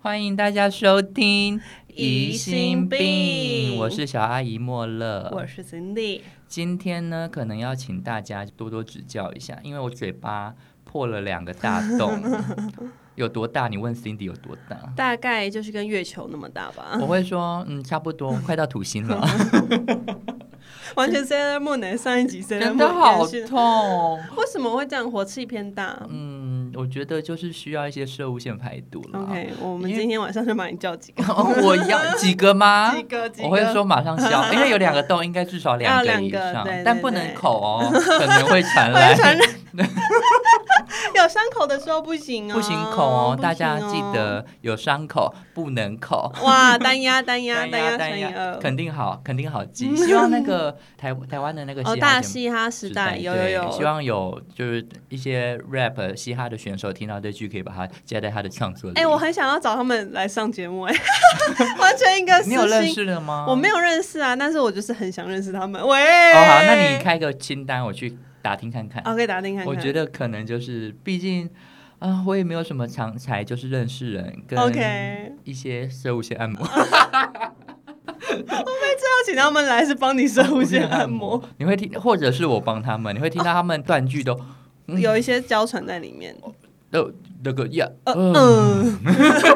欢迎大家收听《疑心病我是小阿姨莫乐。我是 Cindy，今天呢，可能要请大家多多指教一下，因为我嘴巴破了两个大 洞，有多大？你问 Cindy 有多大？大概就是跟月球那么大吧，我会说，嗯，差不多，快到土星 了，完全 Sailor Moon 欸上一集 Sailor 真 Moon 的好也是痛。为什么会这样火气偏大嗯，我觉得就是需要一些射物线排毒了。 ？OK，我们啊因为今天晚上就把你叫几个， 我要几个吗？ 几个几个我会说马上消，因为有两 个洞，应该至少两要啊两以个上对对，但不能口 哦，可能会传不然来。传染。有伤口的时候不行哦，不行口哦不，行大家记。得有伤口不能口。哇，单压单压 单单单乘以压，二，肯定好，肯定好记。 希望那个台台湾的那个哦，嘻哈大节目嘻哈时代有有对希有。望有就是一些 rap 嘻哈的选手听到这句，可以把它加在他的创作里。哎，我很想要找他们来上 节目，哎，完全一个私你有认心。识的吗？我没有认识啊，但是我就是很想认识他们。喂，哦，哦好，那你开个清单，我去打听看看。哦，可以打听看看。我觉得可能就是，毕竟啊、我也没有什么常才，就是认识人跟 OK 一些生物线按摩、最后请他们来是帮你 生物线按摩，， 你会听，或者是我帮他们，你会听到他们断句都嗯有一些娇喘在里面。都那个呀，呃嗯，嗯，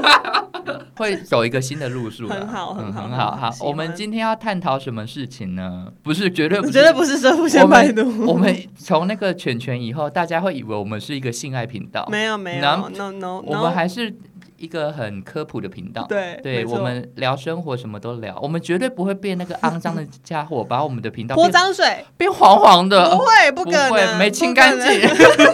会走一个新的路数啦，很好嗯很好很好，好喜。欢我们今天要探讨什么事情呢？不是，绝对我不觉是得。不是生物我线排们毒，我们从那个犬犬以后，大家会以为我们是一个性爱频道，没有没有然后，no no 我们 no，还是一个很科普的频道。对对没错我们聊生活什么都聊，我们绝对不会变那个肮脏的家伙，把我们的频道泼变脏水变黄黄不的，会，不不可会能，没清干不可能，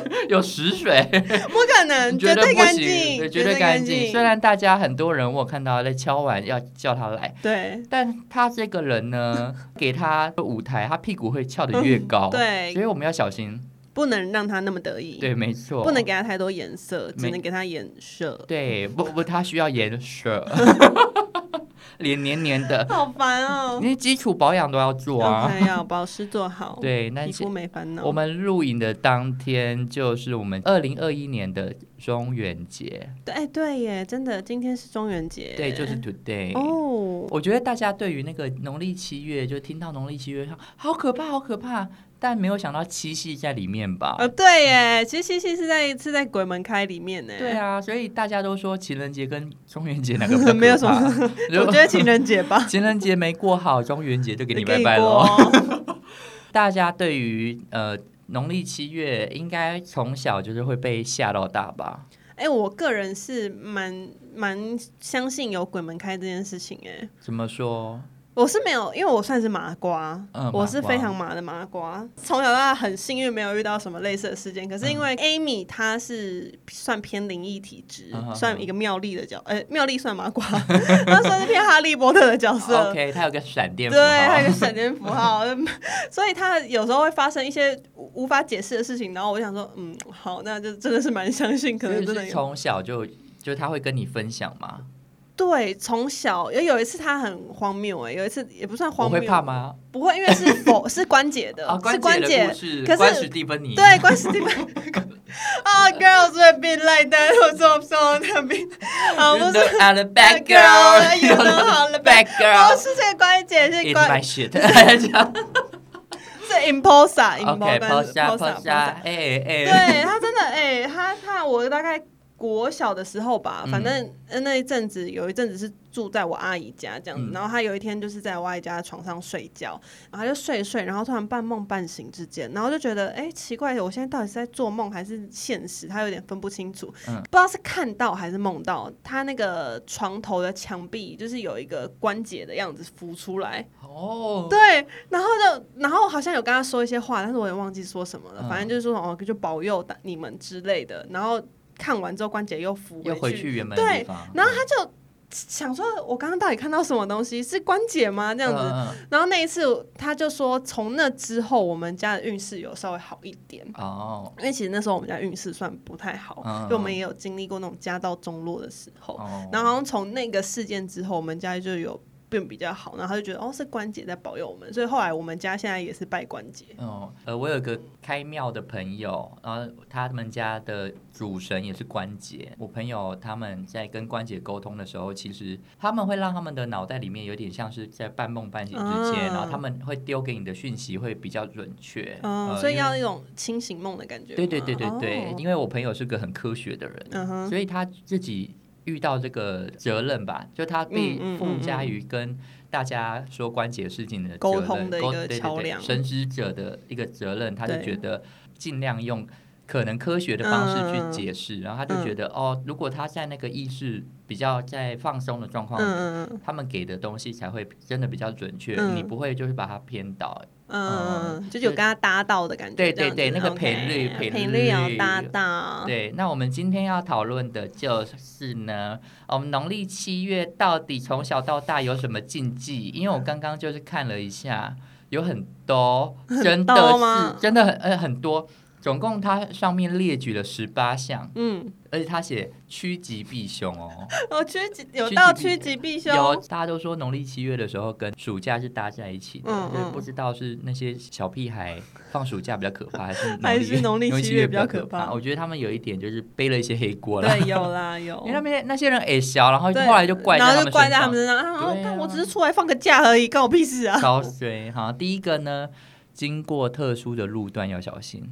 净， 有屎水，不可能，绝对不干行，净，对，绝对干净。虽然大家很多人我有看到在敲碗要叫他来，对但他这个人呢，给他舞台，他屁股会翘得越高，，所嗯对，以我们要小心。不能让他那么得意，对，没错，不能给他太多颜色，只没能给他颜色。对，不不，他需要颜 色，脸黏黏的，好烦哦。因为基础保养都要做啊。 OK，要 保湿做好，，对，那皮是肤没烦恼。我们录影的当天就是我们二零二一年的中元节，对，哎，对耶，真的，今天是中元节，对，就是 today。哦，我觉得大家对于那个农历七月，就听到农历七月，好可怕，好可怕，但没有想到七夕在里面吧？呃，对耶，其实西西是在是在鬼门开里面呢，对，啊，所以大家都说情人节跟中元节哪个比 较没有什 么么，我觉得情人节吧情人节没过好，中元节就 给你可拜以拜过喽。 哦大家对于呃农历七月，应该从小就是会被吓到大吧？哎，我个人是蛮蛮相信有鬼门开这件事情，哎，怎么说？我是没有，因为我算是麻瓜，嗯我是麻瓜非常麻的麻瓜，从小到大很幸运没有遇到什么类似的事件。可嗯是因为 Amy 她是算偏灵异体质，嗯哼算一个妙丽的角，呃，妙丽算麻瓜， 她算是偏哈利波特的角色。哦 OK，它有个闪电符啊对，还有号。个闪电符 号，嗯所以他有时候会发生一些无无法解释的事情，然后我想说，嗯，好，那就真的是蛮相信， 可所以能真的是有。从小就就他会跟你分享吗？对，从小有有一次他很荒谬哎、有一次也不算我荒会谬，怕吗？不会，因为是否 是关节的，啊，是关关节的故，节事，可是关史蒂芬妮。对，关系地 方。啊、g i r l s will be like that，我说不说那 边？啊， You 不 know 是，I'm the bad bad girl, you girl， know how the bad 不 girl 是这个关节，是 is 关 my shit 这样。 是 imposa，imposa， OK，抛下抛下，哎哎，imposa，imposa 对他真的，哎、他他我大概国小的时候嗯吧，反正呃那一阵子有一阵子是住在我阿姨家这样子，嗯然后他有一天就是在我阿姨家的床上睡觉，然后他就睡一睡，然后突然半梦半醒之间，然后就觉得哎、奇怪，我现在到底是在做梦还是现实？他有点分不清楚，嗯不知道是看到还是梦到，他那个床头的墙壁就是有一个关节的样子浮出来，哦，对，然后就，然后好像有跟他说一些话，但是我也忘记说什么了。嗯反正就是说哦，就保佑你们之类的。然后看完之后，关节又浮又回回去原本的地对，方，然后他就想说，我刚刚到底看到什么东西？是关节吗？这样子。嗯嗯然后那一次，他就说，从那之后，我们家的运势有稍微好一点。嗯哦因为其实那时候我们家运势算不太好，嗯就我们也有经历过那种家道中落的时候。哦，然后好像从那个事件之后，我们家就有变比较好，然后他就觉得哦是关节在保佑我们，所以后来我们家现在也是拜关节。哦，呃，我有个开庙的朋友，然后他们家的主神也是关节。我朋友他们在跟关节沟通的时候，其实他们会让他们的脑袋里面有点像是在半梦半醒之间，嗯然后他们会丢给你的讯息会比较准确。嗯，呃所以因为要一种清醒梦的感觉吗。对对对对对，哦因为我朋友是个很科学的人，嗯哼，所以他自己遇到这个责任吧，就他被嗯嗯嗯附加于跟大家说关节事情的责任沟通的一个沟对对对桥梁神职者的一个责任，他就对觉得尽量用。可能科学的方嗯嗯嗯嗯式去解释，然后他就觉得、哦，如果他在那个意识比较在放松的状况，嗯嗯嗯他们给的东西才会真的比较准确，嗯你不会就是把它偏导。嗯嗯，嗯，嗯就是有跟他搭到的感觉。对对对这样子那个频率 OK，频率率要搭到。对，那我们今天要讨论的就是呢，我们农历七月到底从小到大有什么禁忌？因为我刚刚就是看了一下，有很多，真的多吗是真的很呃很多，总共它上面列举了十八项，嗯，而且它写趋吉避凶哦。哦，趋吉有趋吉到避趋吉避凶。有大家都说农历七月的时候跟暑假是搭在一起的，嗯所以嗯不知道是那些小屁孩放暑假比较可怕，还 是还是农历农历七七月月比比较较可可怕怕？我觉得他们有一点就是背了一些黑锅了。对，有啦有。因为那边那些人矮小，然后哦对后来就怪然后就怪在在他他们们身上啊！对哦啊但我只是出来放个假而已，关我屁事啊！烧水哈。第一个呢，经过特殊的路段要小 心，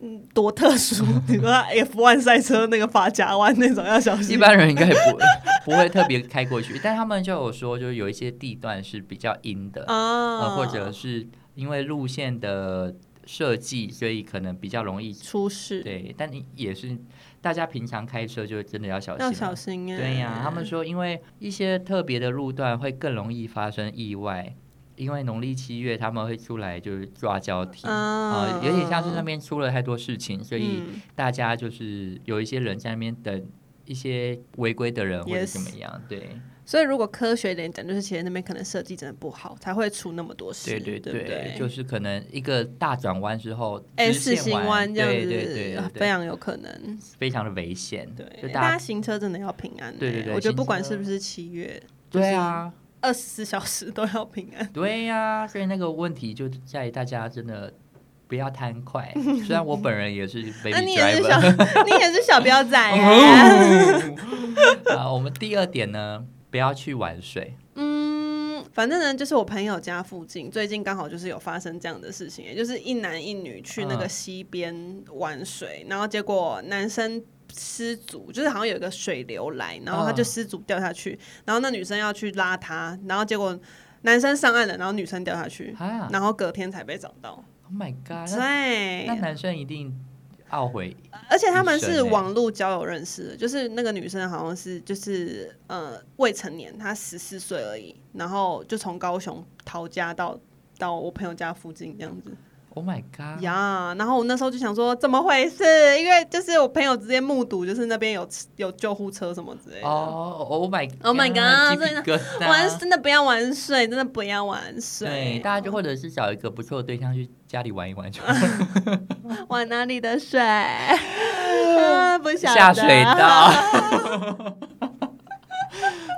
嗯，多特 殊，你说 F 1赛车那个发夹弯那种要小心。一般人应该也不不会 特别开过去，但他们就有说，就是有一些地段是比较阴的，呃，啊，或者是因为路线的设计，所以可能比较容易出事，对，但你也是大家平常开车就真的要小心啊要了，小心哎。对呀、他们说因为一些特别的路段会更容易发生意外，因为农历七月他们会出来就是抓交替。啊、啊有点像是那边出了太多事情，所以嗯大家就是有一些人在那边等一些违规的人或者 Yes 怎么样，对所以如果科学一点讲，就是其实那边可能设计真的不好，才会出那么多事，对对对不对，就是可能一个大转弯之后，哎，直四线星湾这样对子，啊对对对非对，常有可能。非常的危险，就对，大大家家行车真的要平安欸。对对对我觉得不行管车是不是七月，对啊，二十四小时都要平安。对呀、所以那个问题就在大家真的不要贪 快。虽然我本人也是 baby 啊那你也是小 driver，， 你也是小彪仔啊。啊，我们第二点呢，不要去玩 水。嗯，反正呢，就是我朋友家附近最近刚好就是有发生这样的事情，也就是一男一女去那个嗯溪边玩水，然后结果男生。失足就是好像有一个水流来，然后他就嗯失足掉下去，然后那女生要去拉他，然后结果男生上岸了，然后女生掉下去，啊然后隔天才被找到。 ，Oh my god！那对，那男生一定懊悔，而且他们女是生欸网络交友认识的，就是那个女生好像是就是呃未成年，她十四岁而已，然后就从高雄逃家到到我朋友家附近这样子 Oh my god！呀。然后我那时候就想说怎么回事，因为就是我朋友直接目睹，就是那边有有救护车什么之类的。哦，Oh my Oh my god，鸡皮疙玩瘩。真的不要玩水，真的不要玩对，水，大家就或者是找一个不错的对象去家里玩一玩就好，玩哪里的 水？啊、不晓得下水道。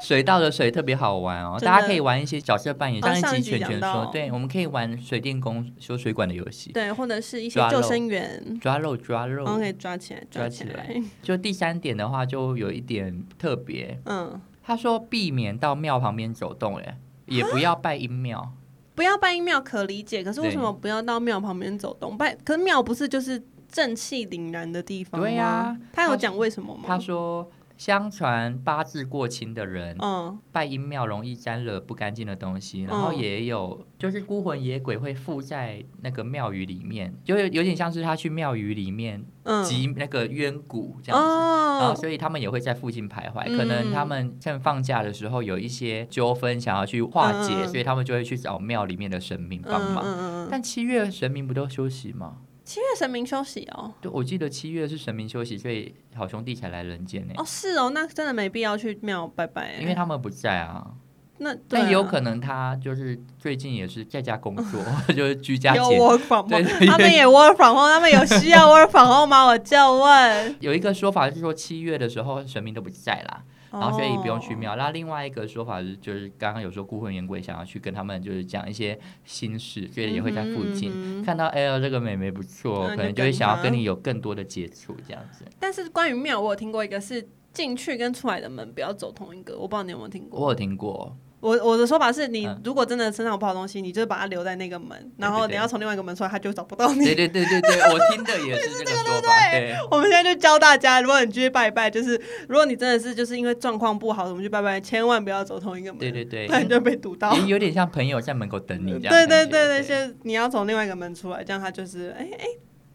水道的水特别好玩哦，真的大家可以玩一些角色扮演，哦上上一一集集全全讲说到，对，我们可以玩水电工修水管的游戏，对，或者是一些抓救漏生员。抓肉抓肉然。后可以抓起来，抓起起来。就第三点的话，就有一点特别，嗯，他说避免到庙旁边走动，哎，也不要拜阴庙，不要拜阴庙可理解，可是为对什么不要到庙旁边走动？拜，可是庙不是就是正气凛然的地方吗？对呀他有他讲为什么他吗？说。相传八字过轻的人嗯，拜阴庙容易沾惹不干净的东西，然后嗯也有就是孤魂野鬼会附在那个庙宇里面，就有有点像是他去庙宇里面嗯集那个冤骨这样子。然后，哦，所以他们也会在附近徘徊。嗯可能他们趁放假的时候有一些纠纷想要去化解，嗯嗯所以他们就会去找庙里面的神明帮忙。嗯嗯嗯，但七月神明不都休息吗？七月神明休息哦。对，我记得七月是神明休息，所以好兄弟才来人间呢、哦，是哦，那真的没必要去庙拜拜，因为他们不在啊，那对但啊也有可能他就是最近也是在家工 作，就是居家有啊检 work from 对 home，对他们也 work from home，他们有需 要 work from home 吗？我就问，有一个说法是说七月的时候神明都不在啦，哦然后所以不用去庙。那另外一个说法是，就是刚刚有说孤魂野鬼想要去跟他们就是讲一些心事，所以也会在附近、看到哎呦这个妹妹不错，可那嗯就能就会跟想要她跟你有更多的接触这样子。哦但是关于庙，我有听过一个是进去跟出来的门不要走同一个，我不知道你有没有听过。我有听 过，我我的说法是你嗯如果真的身上有不好的东西，你就把它留在那个门，然后对对你要从另外一个门出来，他就找不到对你。对对对对，我听的也是这个说法，对。 我们现在就教大家，如果你去拜拜，就是如果你真的是就是因为状况不好，我们去拜拜，千万不要走同一个门，对对 对不然你就被堵到。也有点像朋友在门口等你这样。对对对对，对，就是你要从另外一个门出来，这样他就是哎哎，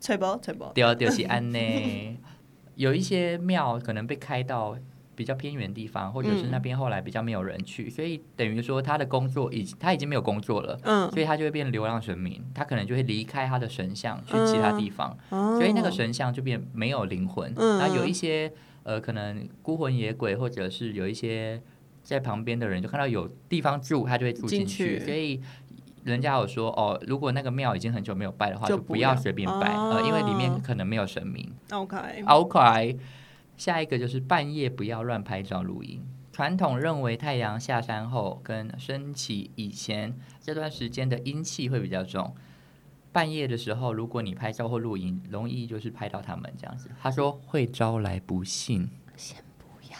吹包吹包。丢丢西安呢，有一些庙可能被开到。比较偏远地方，或者是嗯那边后来比较没有人去，所以等于说他的工作已他已经没有工作了，嗯，所以他就会变流浪神明，他可能就会离开他的神像去其嗯他地方，所所以那个神像就变没有灵魂。哦嗯那有一些呃，可能孤魂野鬼，或者是有一些在旁边的人就看到有地方住，他就会住进进去所以人家有说哦，如果那个庙已经很久没有拜的话，就就不不要要随便拜，哦呃，因为里面可能没有神明。 OK， OK，下一个就是半夜不要乱拍照录音。传统认为太阳下山后跟升起以前这段时间的阴气会比较重。半夜的时候，如果你拍照或录影，容易就是拍到他们这样子。他说会招来不幸，先不要，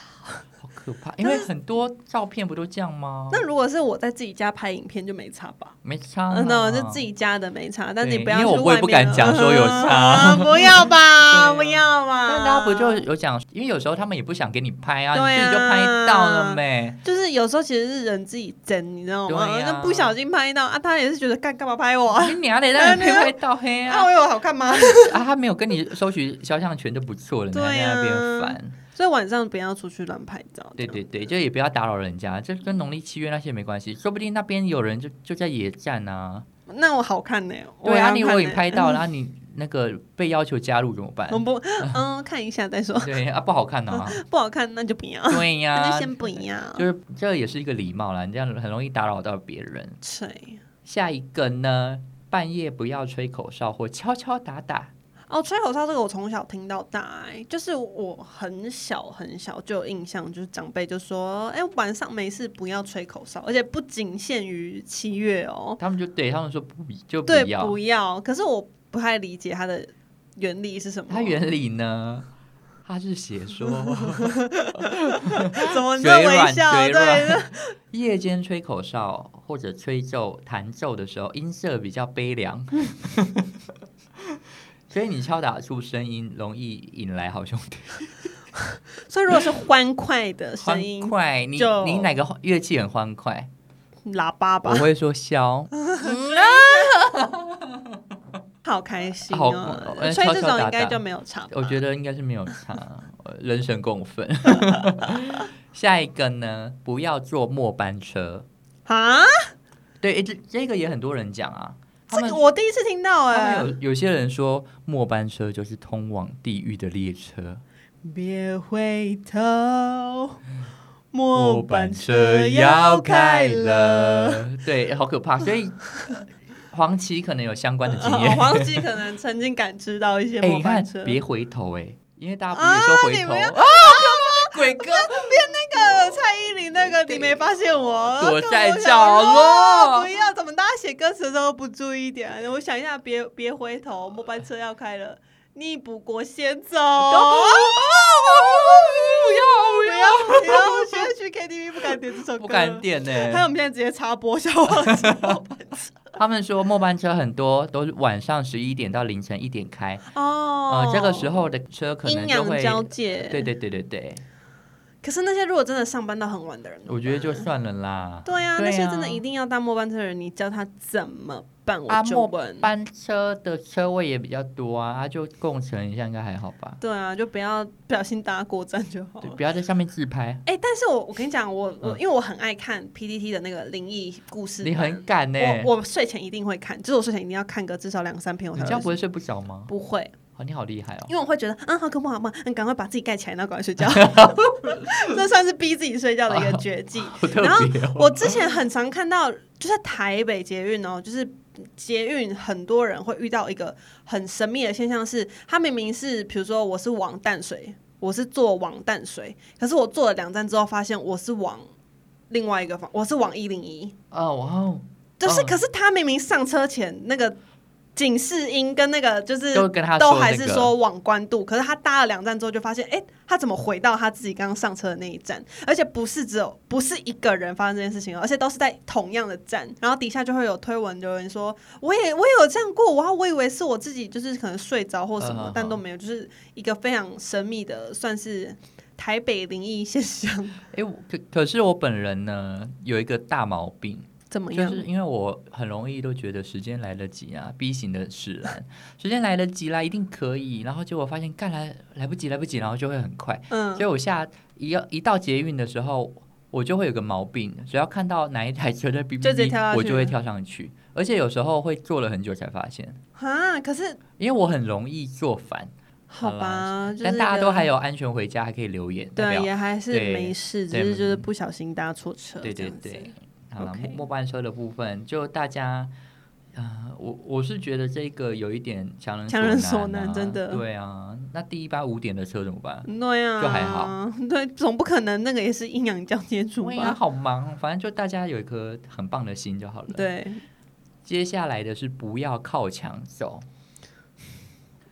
好可怕！因为很多照片不都这样吗？那如果是我在自己家拍影片就没差吧？没差、啊嗯，，那我就自己家的没差，但是你对不要因为去我不会外不面敢的讲说有差啊 不要吧，对啊不要吧。但大家不就有讲，因为有时候他们也不想给你拍啊，对你自己就啊拍到了没？ 就是有时候其实是人自己整，你知道吗？对啊就不小心拍到啊，他也是觉得干干嘛拍我啊？你娘嘞， 让人配会到黑啊，啊！我有好看吗？ 啊，他没有跟你收取肖像权就不错了，你还对在啊那边烦。所以晚上不要出去乱拍照。对对对，就也不要打扰人家，这跟农历七月那些没关系，说不定那边有人就就在野战啊。这样，那我好看呢。对啊，要你如看果你呢拍到，然后你那个被要求加入怎么办 我？不，嗯，看一下再说， 对啊，不好看啊。不好看那就不要，对嗯那呀就，先不要。就是这也是一个礼貌啦，你这样很容易打扰到别人。吹下一个呢，半夜不要吹口哨或敲敲打打。哦，吹口哨这个我从小听到大、哎，就是我很小很小就有印象，就是长辈就说，哎、晚上没事不要吹口哨，而且不仅限于七月哦，他们就对他们说不就不对，要，不要。可是我不太理解它的原理是什么，它原理呢？它是写说 怎么你在嘴软微笑？嘴对，软夜间吹口哨或者吹奏弹奏的时候，音色比较悲凉， 所以你敲打出声音容易引来好兄弟 所以如果是欢快的声音欢，快。你就你哪个乐器很欢快？喇叭我吧，会说箫，好开心好哦、呃吹敲这敲种打应该打就没有差，我觉得应该是没有差，呃人神共愤。下一个呢？不要坐末班车。得啊，对，诶这这个也很多人讲啊。他这们个我第一次听到、他哎们。有有些人说末班车就是通往地狱的列车，别回头，末末班班车车要要开开了。了， 对，好可怕。所以黄芪可能有相关的经 哦验，。黄记可能曾经感知到一些 哎，末你班看车，，别回头哎，因为大家啊不是你说们回要头啊，鬼哥那个蔡依林那个你没发现我躲在我想角落 说不要，怎么大家写歌词的时候不注意一点？我想一下，别别回头，末班车要开了，你不过先走。哦不要不要！现在去 KTV 不敢点这首歌，不敢。点还有呢我。们现在直接插播小王子 末班车他们说末班车很多都是晚上十一点到凌晨一点开，哦呃，这个时候的车可能阴就阳会，交界。对。对对对对，可是那些如果真的上班到很晚的人，我觉得就算了啦。对啊，那些真的啊一定要搭末班车的人，你叫他怎么办？我啊，就末问。班车的车位也比较多啊，啊就共乘一下应该还好吧？对啊，就不要不小心搭过站就好对，了。不要在上面自拍，哎、但是我我跟你讲，我我嗯因为我很爱看 PPT 的那个灵异故事版，你很敢呢、我我睡前一定会看，就是我睡前一定要看个至少两三篇，我你才这样会不会睡不着吗？不会，啊，你好厉害哦！因为我会觉得，嗯，好可怕，好可怕，嗯，赶快把自己盖起来，然后赶快 睡觉， 这算是逼自己睡觉的一个绝技。好特然后别哦。 我之前很常看到，就在台北捷运哦，就是捷运很多人会遇到一个很神秘的现象是，他明明是比如说我是往淡水我是坐往淡水，可是我坐了两站之后，发现我是往另外一个方，我是往一零一，哦，哇哦，就是，嗯可是他明明上车前那个警示音跟那个就是都跟他都说还那是个说往关渡，可是他搭了两站之后就发现，哎、他怎么回到他自己刚刚上车的那一站？而且不是只有不是一个人发生这件事情哦，而且都是在同样的站，然后底下就会有推文留言说，我也我也有这样过，然后我以为是我自己就是可能睡着或什么，嗯嗯嗯 但都没有，就是一个非常神秘的，算是台北灵异现象，哎、我可可是我本人呢有一个大毛病，怎么就样？是因为我很容易都觉得时间来得及啊，B 型的使然，时间来得及啦，一定可以。然后结果发现干来来不及，来不及，然后就会很快。嗯所以我下一要一到捷运的时候，我就会有个毛病，只要看到哪一台车在哔就哔直接跳下哔，去我就会跳上去，而且有时候会坐了很久才发现，啊，可是因为我很容易坐反。好好吧，就是但大一家个都还有安全回家，还可以留言，代对，表也还是对没事，只对是就是嗯不小心搭错车，对啊这对样子对，好了， OK 末末班车的部分，就大家，啊、我我是觉得这个有一点强人强人所难、啊，难真的对啊，那第一班五点的车怎么办？对啊，就还好， 对，总不可能那个也是阴阳交接处对啊，吧？好忙哦，反正就大家有一颗很棒的心就好了。，对，接下来的是不要靠墙走，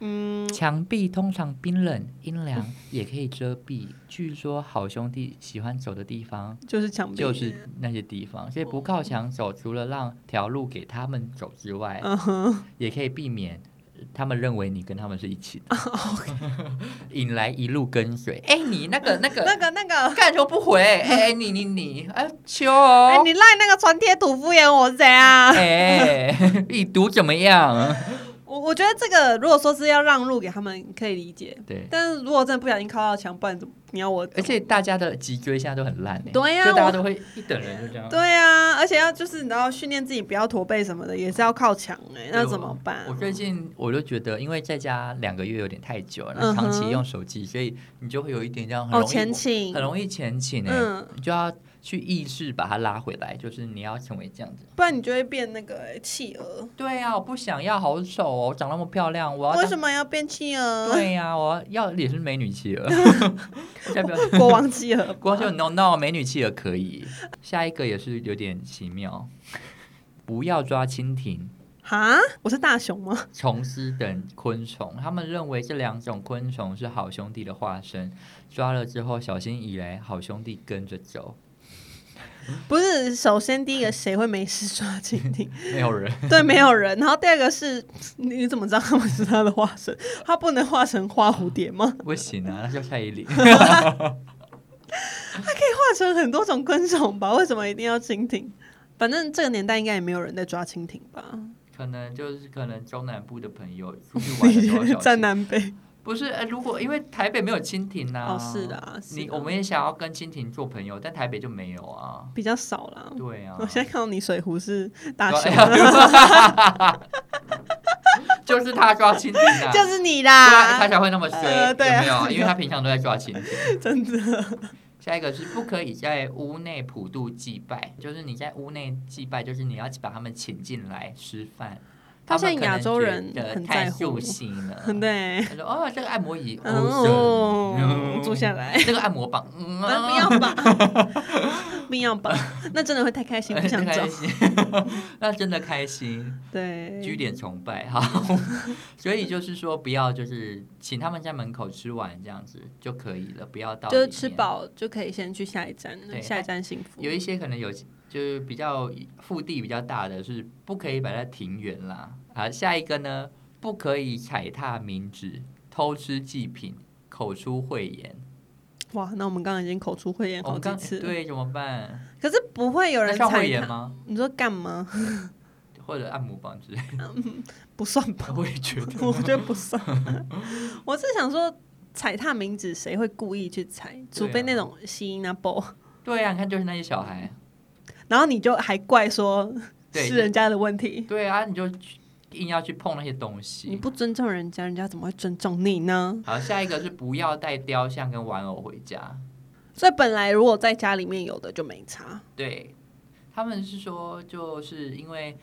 嗯，墙壁通常冰冷阴凉，也可以遮蔽。据说好兄弟喜欢走的地方就是墙壁，就是那些地方，所以不靠墙走，除了让条路给他们走之外，嗯哼，也可以避免呃他们认为你跟他们是一起的，引来一路跟随。哎、你那个那那个个那个，干球不回，哎、哎你你你，哎、秋哎，哦，你赖那个传贴图敷衍我是怎样？哎、已读怎么样？我我觉得这个如果说是要让路给他们，可以理解，对，但是如果真的不小心靠到墙，不然怎么你要我？而且大家的脊椎现在都很烂、哎对呀就大我家都会一等人就这样。对啊，而且要就是你知道训练自己不要驼背什么的，也是要靠墙哎、那对怎我么办？我最近我就觉得，因为在家两个月有点太久了，嗯哼长期用手机，所以你就会有一点这样很哦容易、前倾很，容易前倾哎、嗯你就要去意识把它拉回来，就是你要成为这样子。不然你就会变那个、欸、企鹅。对啊，我不想要，好丑哦，我长那么漂亮，我要为当什么要变企鹅？啊对呀、我要也是美女企鹅，我代表。国王企鹅国就 no no 美女企鹅可以。下一个也是有点奇妙，不要抓蜻蜓、哈，我是大熊吗？虫丝等昆虫，他们认为这两种昆虫是好兄弟的化身，抓了之后小心以来，好兄弟跟着走， 不是，首先第一个谁会没事抓蜻 蜓？没有人。对，没有人。然后第二个是，你你怎么知道他们是他的化身？他不能化成花蝴蝶 吗？ 不行啊，那叫蔡依 林。可以化成很多种昆虫吧？为什么一定要蜻蜓？反正这个年代应该也没有人在抓蜻蜓 吧？可能就是可能中南部的朋友出去玩的时候小 在心。南北不是，呃，如果因为台北没有蜻蜓呐、哦是的啊是你的啊我们也想要跟蜻蜓做朋友，但台北就没有啊。比较少啦。对啊，我现在看到你水壶是大抓哎熊， 就是他抓蜻蜓啊， 就是你对啊他啦，才会那么衰，呃对啊有没有？因为他平常都在抓蜻蜓。真的。 下一个是不可以在屋内普渡祭拜，就是你在屋内祭拜，就是你要把他们请进来吃饭。发现他们可能亚洲人觉得很太在乎入戏 了，对，他说：“哦，这个按摩椅，哦哦，，坐下来。这个按摩 棒，嗯，啊，不啊要吧， 不要吧，那真的会太开心，不想走开。心，嗯 那真的开心，居对，点崇拜，好， 所以就是说，不要就是请他们在门口吃完这样子就可以了，不要到就是里吃面。饱就可以先去下一站了，对下一站幸福。有一些可能有就是比较腹地比较大的是不可以摆在庭园啦。好，下一个呢，不可以踩踏民脂，偷吃祭品，口出秽言。哇，那我们刚刚已经口出秽言我好们几哦刚次，，对怎么办？可是不会有人那叫踩会员他。吗？你说干嘛？或者按摩棒之类的，不 算吧，我也觉得。我觉得不算。 我是想说，踩踏名字谁会故意去踩？啊除非那种吸音啊 b 对啊，你看就是那些小孩。然后你就还怪说对是人家的问题，对啊，你就去硬要去碰那些东你西。不尊重人家，人家怎么会尊重你呢？好，下一个是不要带雕像跟玩偶回家。所以本来如果在家里面有的就没差，对，他们是说，就是因为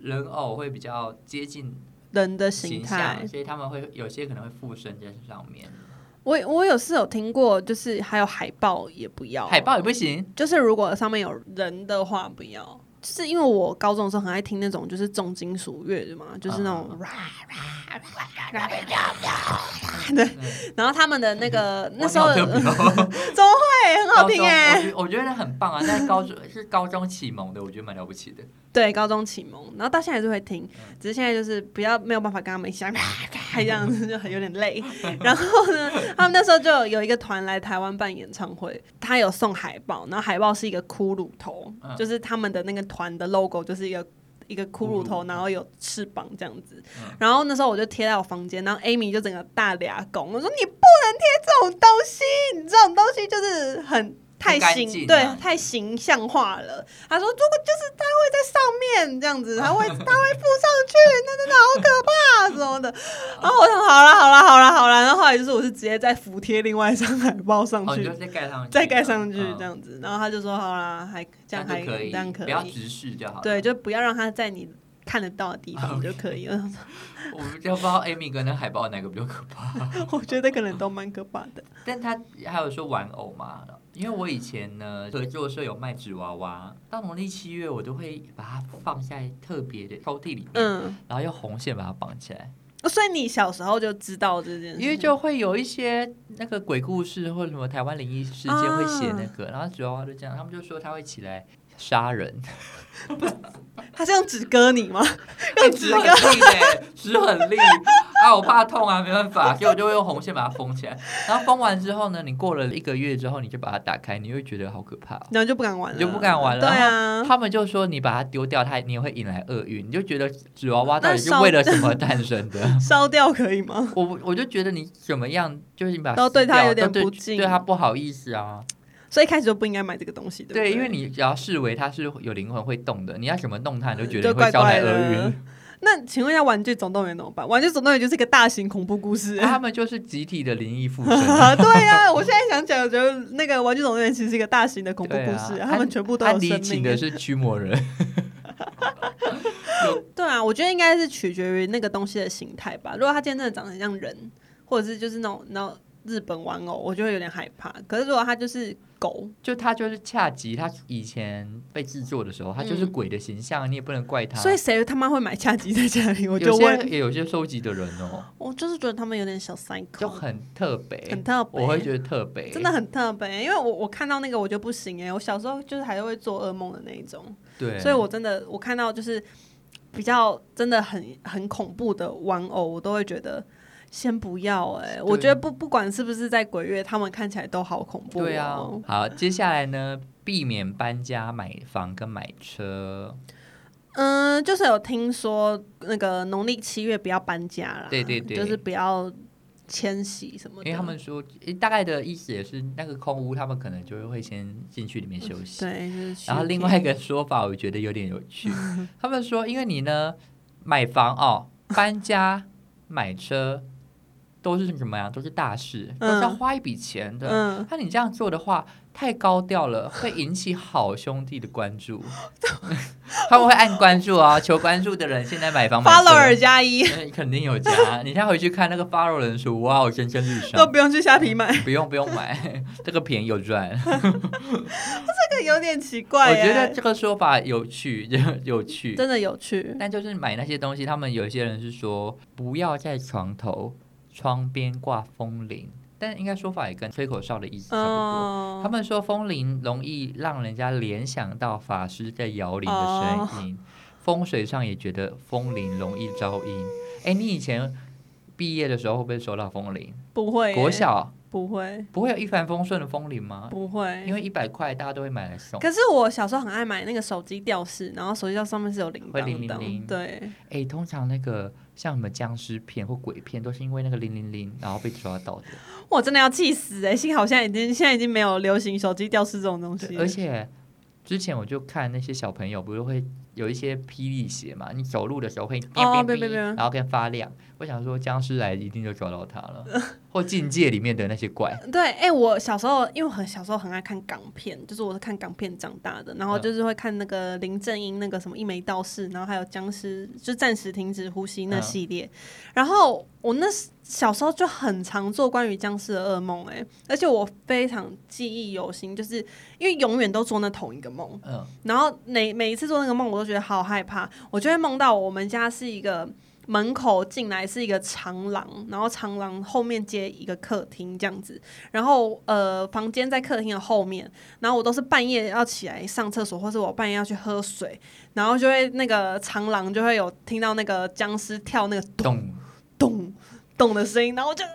人偶会比较接近人的形形象，态。所以他们会有些可能会附身在上面。我我有是有听过，就是还有海报也不要，海报也不行，就是如果上面有人的话不要。就是因为我高中的时候很爱听那种就是重金属乐的嘛，就是那嗯种 对，然后他们的那个那时候哇 你好特别哦对 很好听哎、高中我觉我觉得很棒啊，在高中是高中启蒙的，我觉得蛮了不起的。对，高中启蒙，然后到现在还是会听，只是现在就是比较没有办法跟他们一起 这样子，就很有点 累。然后呢，他们那时候就有一个团来台湾办演唱会，他有送海报，然后海报是一个骷髅头，嗯就是他们的那个团的 logo 就是一个。一个骷髅头，嗯然后有翅膀这样子，然后那时候我就贴在我房间，然后 Amy 就整个大俩拱，我说你不能贴这种东西，你这种东西就是很太不干形，净对啊，太形象化了。他说如果就是他会在上面这样啊子，他会他会附上去， 那真的好可怕什么的。然后我想好了好了好了好了，然后后来就是我是直接再服贴另外一张海报上哦，你去就，再盖上去，再盖上去嗯这，样子。然后他就说好啦，还这样就还可这样可不要以，直视就好了。对，就不要让他在你看得到的 地方就可以了。我就不知道 Amy 跟那海报哪个比较可怕。 我觉得可能都蛮可怕的。但他还有说玩偶嘛，因为我以前呢合作社有卖纸娃娃，到农历七月我都会把它放在特别的抽屉里面，嗯，然后用红线把它绑起来，所以你小时候就知道这件事，因为就会有一些那个鬼故事或者什么台湾灵异事件会写那啊个，然后纸娃娃就这样，他们就说他会起来杀 人，他是用纸割你 吗？哎用纸纸很割。利哎，纸很利。啊，我怕痛啊，没办法，所以我就会用红线把它封起来。然后封完之后呢，你过了一个月之后，你就把它打开，你会觉得好可怕哦、然后就不敢玩了，你就不敢玩了嗯对啊，他们就说你把它丢掉，它你也会引来厄运，你就觉得纸娃娃到底是那烧为了什 么诞生的？烧掉可以吗？我我就觉得你怎么样，就是你把它都对撕掉它有点都对不敬对它不好意思啊。所以一开始就不应该买这个东西，对不对，对，因为你只要视为它是有灵魂会动的，你要怎么弄它，你就觉得就你会怪招来怪厄的 运。。那请问一下，《玩具总动员》怎么办？《玩具总动员》就是一个大型恐怖故事。 啊他们就是集体的灵异附身。 对呀、啊，我现在想起来，我觉得那个《玩具总动员》其实是一个大型的恐怖对故啊事，，安他们全部都安有迪生请命。啊的是驱魔人，对啊，我觉得应该是取决于那个东西的形态吧。如果它今天真的长得很像人，或者是就是那种那种日本玩偶，我就会有点害怕。可是如果它就是狗，就他就是恰吉，他以前被制作的时候，他就是嗯鬼的形象，你也不能怪他。所以谁他妈会买恰吉在家里？我就有些问，也有些收集的人哦，我就是觉得他们有点小 psycho，就很特别，很特别我会觉得特别，真的很特别，因为我我看到那个我就不行哎、我小时候就是还会做噩梦的那一种，对，所以我真的我看到就是比较真的很很恐怖的玩偶，我都会觉得先不要哎、我觉得不不管是不是在鬼月，他们看起来都好恐怖、对啊哦。。好，接下来呢，避免搬家、买房跟买车，嗯，就是有听说那个农历七月不要搬家啦，对对对就是不要迁徙什么因的，为他们说诶大概的意思也是那个空屋，他们可能就会先进去里面休息。对，嗯就是去然后另外一个说法，我觉得有点有 趣，他们说，因为你呢买房哦、搬家、买车都是什么呀？都是大事，都是要嗯花一笔钱的。嗯，那你这样做的话，太高调了，会引起好兄弟的关注。他们会按关注啊，求关注的人现在买房买 follower 车，加一嗯肯定有加。你现在回去看那个 follow 人数，哇，我蒸蒸日 都上。不用去虾皮买，不用不用买， 这个便宜有赚。这个有点奇怪、我耶觉得这个说法有趣， 有趣。真的有趣。但就是买那些东西，他们有一些人是说不要在床头、窗边挂风铃，但应该说法也跟吹口哨的意思差不多。嗯，他们说风铃容易让人家联想到法师在摇铃的声音，风水上也觉得风铃容易招阴。哎，你以前毕业的时候会不会收到风铃？不会耶、国小不会不会有一帆风顺的风铃吗？不会，因为一百块大家都会买来送。可是我小时候很爱买那个手机吊饰，然后手机吊上面是有铃会铃铛铃铃的，对，哎，通常那个像什么僵尸片或鬼片，都是因为那个零零零然后被抓到的。我真的要气死哎、幸好现在已经现在已经没有流行手机吊饰这种东西对了，而且之前我就看那些小朋友，不是会有一些霹雳鞋嘛，你走路的时候会哦变变变变，变变然后跟发亮。我想说僵尸来一定就抓到它了，或境界里面的那些 怪。对，哎、我小时候因为我很小时候很爱看港片，就是我是看港片长大的，然后嗯就是会看那个林正英那个什么一眉道士，然后还有僵尸就暂时停止呼吸那嗯系列，然后我那时小时候就很常做关于僵尸的噩梦，哎，而且我非常记忆犹新，就是因为永远都做那同一个梦，嗯，然后每每一次做那个梦，我都觉得好害怕，我就会梦到我们家是一个门口进来是一个长廊，然后长廊后面接一个客厅这样子，然后呃房间在客厅的后面，然后我都是半夜要起来上厕所，或是我半夜要去喝水，然后就会那个长廊就会有听到那个僵尸跳那个懂。咚咚的声音，然后我就啊，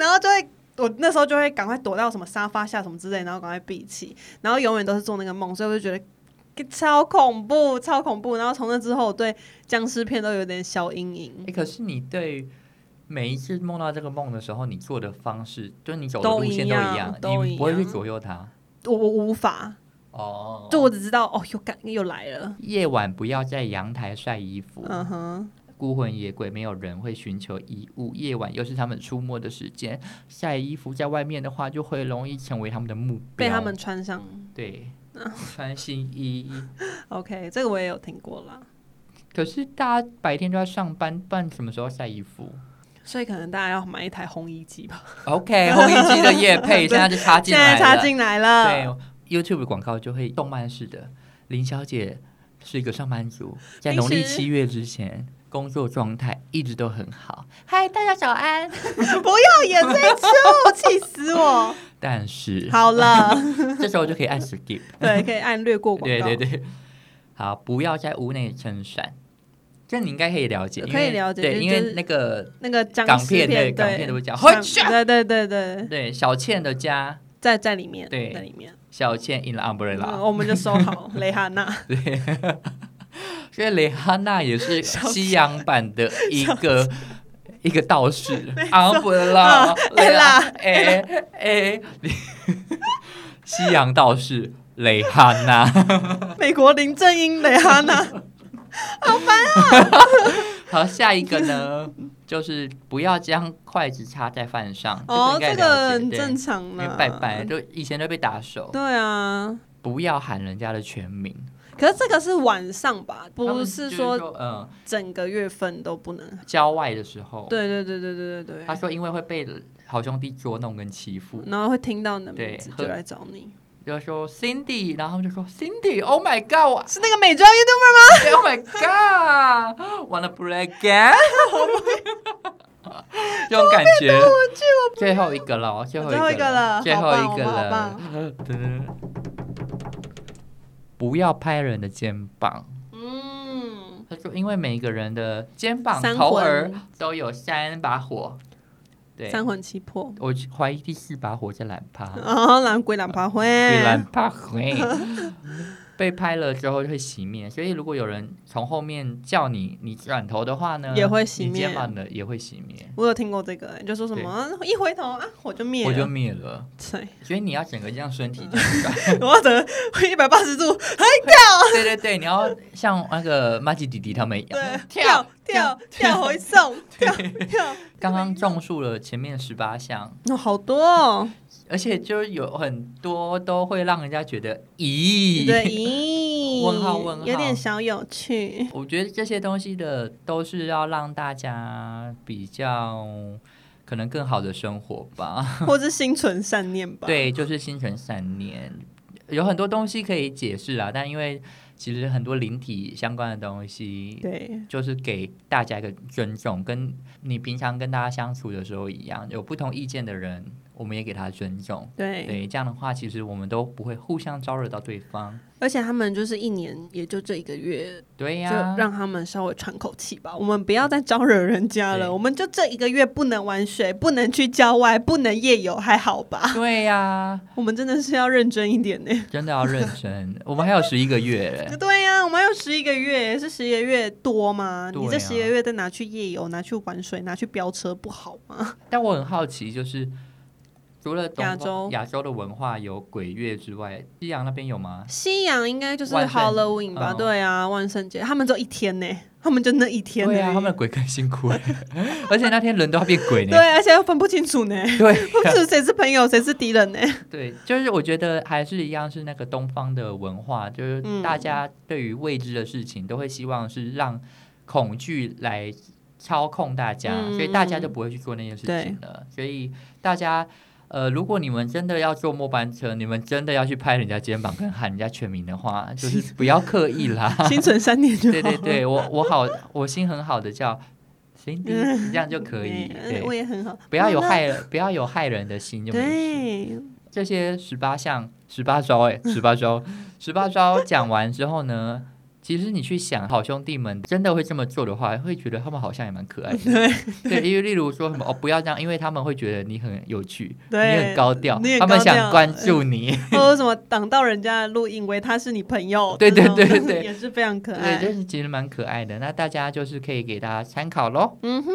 然后就会我那时候就会赶快躲到什么沙发下什么之类，然后赶快闭气，然后永远都是做那个梦，所以我就觉得超恐怖，超恐怖。然后从那之后，我对僵尸片都有点小阴影哎、。可是你对每一次梦到这个梦的时候，你做的方式，就是你走的都路一线都样一样，都一你不会去样左右它。我我无法，哦，就我只知道哦，又感又来了。夜晚不要在阳台晒衣服。嗯哼，孤魂野鬼没有人会寻求衣物，夜晚又是他们出没的时间，晒衣服在外面的话，就会容易成为他们的目标。被他们穿上。对 穿新衣， OK，这个我也有听过啦，可是大家白天都要上班，不然什么时候晒衣服所以可能大家要买一台烘衣机吧。 ？OK，红衣机的夜配现在就插 进现来在了，插进来了，对，YouTube 广告就会动漫式的。林小姐是一个上班族，在平农历时七月之前，工作状态一直都很好。嗨，大家早安。 不要演这一出，气死 我！但是好了。这时候就可以按 skip。对，可以按略过广对告。对对， 好，不要在屋内撑伞。这你应该可以了解，可以因为了解对，就因就为是那个那个僵港尸片对对港片都会讲像回去啊对对对对，对小倩的家，在在里面，对在里面，小倩 in the 嗯 umbrella，我们就收好蕾哈娜。对。 所以蕾哈娜也 是西洋版的一个一个道 士，umbrella 啊 Ella，哎哎， 西洋道士蕾哈娜。 美国林正英蕾哈娜，好，下一个呢，就是不要将筷子插在饭上。哦，这 个应该这个了解很对正常因啦为。拜拜，就以前都被打手，嗯对啊，不要喊人家的全名，可是这个是晚上吧，他们不就是说说嗯，整个月份都不能。郊外的时候，对对对对对对他对。说因为会被好兄弟捉弄跟欺负，然后会听到你的名对字喝就来找你，就说 Cindy，然后他们就说 Cindy，Oh my God，是那个美妆 YouTuber 吗？ Oh my god! Wanna play again? 这种感觉。最后一个了，最后最后一一个个了最后一好棒个我们好了。 不要拍人的肩膀。嗯，他说，因为每个人的肩膀、三头魂儿都有三把火。对，三魂七魄，我怀疑第四把火在懒趴，啊，然后鬼懒爬灰，被懒趴 会被拍了之后就会熄灭，所以如果有人从后面叫你，你转头的话呢，也会熄灭你肩膀的也会熄灭，我有听过这个、欸，就说什么啊一回头啊，火就灭了。我就灭了。 对，所以你要整个这样身体这样转， 我要等一百八 十度，还对对对，你要像那个马吉弟弟他们一对样，跳跳跳 回送，跳跳，刚刚种树了前面十八项，那、好多哦，而且就是有很多都会让人家觉得咦，对，咦，问号问号有点小有趣， 我觉得这些东西的都是要让大家比较可能更好的生活吧。或是心存善念吧。，对，就是心存善念，有很多东西可以解释啊，但因为其实很多灵体相关的东西。对，就是给大家一个尊重，跟你平常跟大家相处的时候一样，有不同意见的人，我们也给他尊重。对，对，这样的话，其实我们都不会互相招惹到对方。而且他们就是一年也就这一个月，对就呀、让他们稍微喘口气吧。我们不要再招惹人家对了，我们就这一个月不能玩水，不能去郊外，不能夜游，还好 吧？对呀、我们真的是要认真一点呢、真的要认真。我们还有十一个 月，对呀、我们还有十一个月，是十一个月多吗？对啊你这十一个月再 拿去夜游、拿去玩水、拿去飙车，不好吗？但我很好奇，就是除了东亚方洲亚洲的文化有鬼月之外，西洋那边有吗？西洋应该就是万圣 Halloween 吧？嗯对啊，万圣节他们只有一天呢，他们就那一天呢。对啊，他们的鬼更辛苦欸，而且那天人都要变鬼呢。对，而且又分不清楚呢， 对啊不知谁是朋友谁是敌人 呢。对，就是我觉得还是一样是那个东方的文化，就是嗯大家对于未知的事情都会希望是让恐惧来操控大家，嗯所以大家就不会去做那件事情了。所以大家。呃，如果你们真的要坐末班车，你们真的要去拍人家肩膀跟喊人家全名的话，就是不要刻意啦。 心存三年就好。对对对，我我好，我心很好的叫 Cindy，这样就可以。嗯对，我也很好，不要有那害人，不要有害人的心就没事。对，这些十八项、十八招、欸，哎，十八 招，十八招讲完之后呢，其实你去想，好兄弟们真的会这么做的话，会觉得他们好像也蛮可 爱的。对，因为例如说什么哦，不要这样，因为他们会觉得你很有趣，你对很高调你，很他们高调想关注你。或者什么挡到人家的路，以为他是你朋友，对对这种对对 也是非常嗯可对，爱就。是其实蛮可爱的。那大家就是可以给大家参考喽。嗯哼，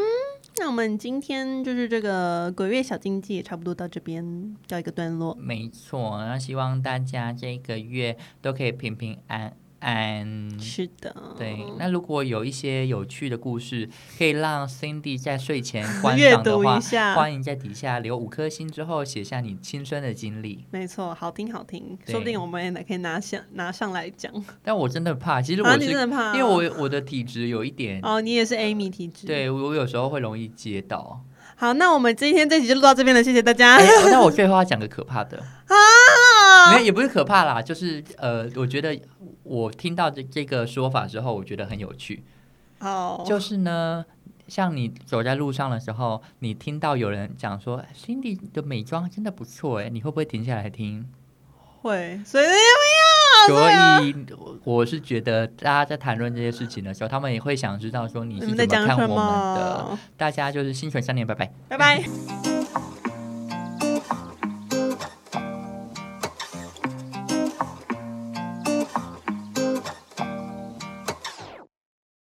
那我们今天就是这个鬼月小经济也差不多到这边告一个段落。没错，那希望大家这个月都可以平平安安。是的，对，嗯那如果有一些有趣的故事，可以让 Cindy 在睡 前观阅赏的读话一，下，欢迎在底下留五颗星之后写下你亲身的经历。没错，好听好听，对说不定我们也可以拿上拿上来讲。但我真的怕，其实我啊，你是、真的怕？因为我我的体质有一点，哦，你也是 Amy 体质。，对我有时候会容易接 到。好，那我们今天这集就录到这边了，谢谢大家哎。那我最后要讲个可怕的，啊没有也不是可怕啦，就是呃，我觉得我听到这这个说法之后，我觉得很有趣。好，就是呢，像你走在路上的时候，你听到有人讲说 Cindy 的美妆真的不错哎，你会不会停下来听？会，所以哎呀所没有，以我是觉得大家在谈论这些事情的时候，他们也会想知道说你你是们在怎讲么看什我们的。么？大家就是心存善念，拜拜。拜拜。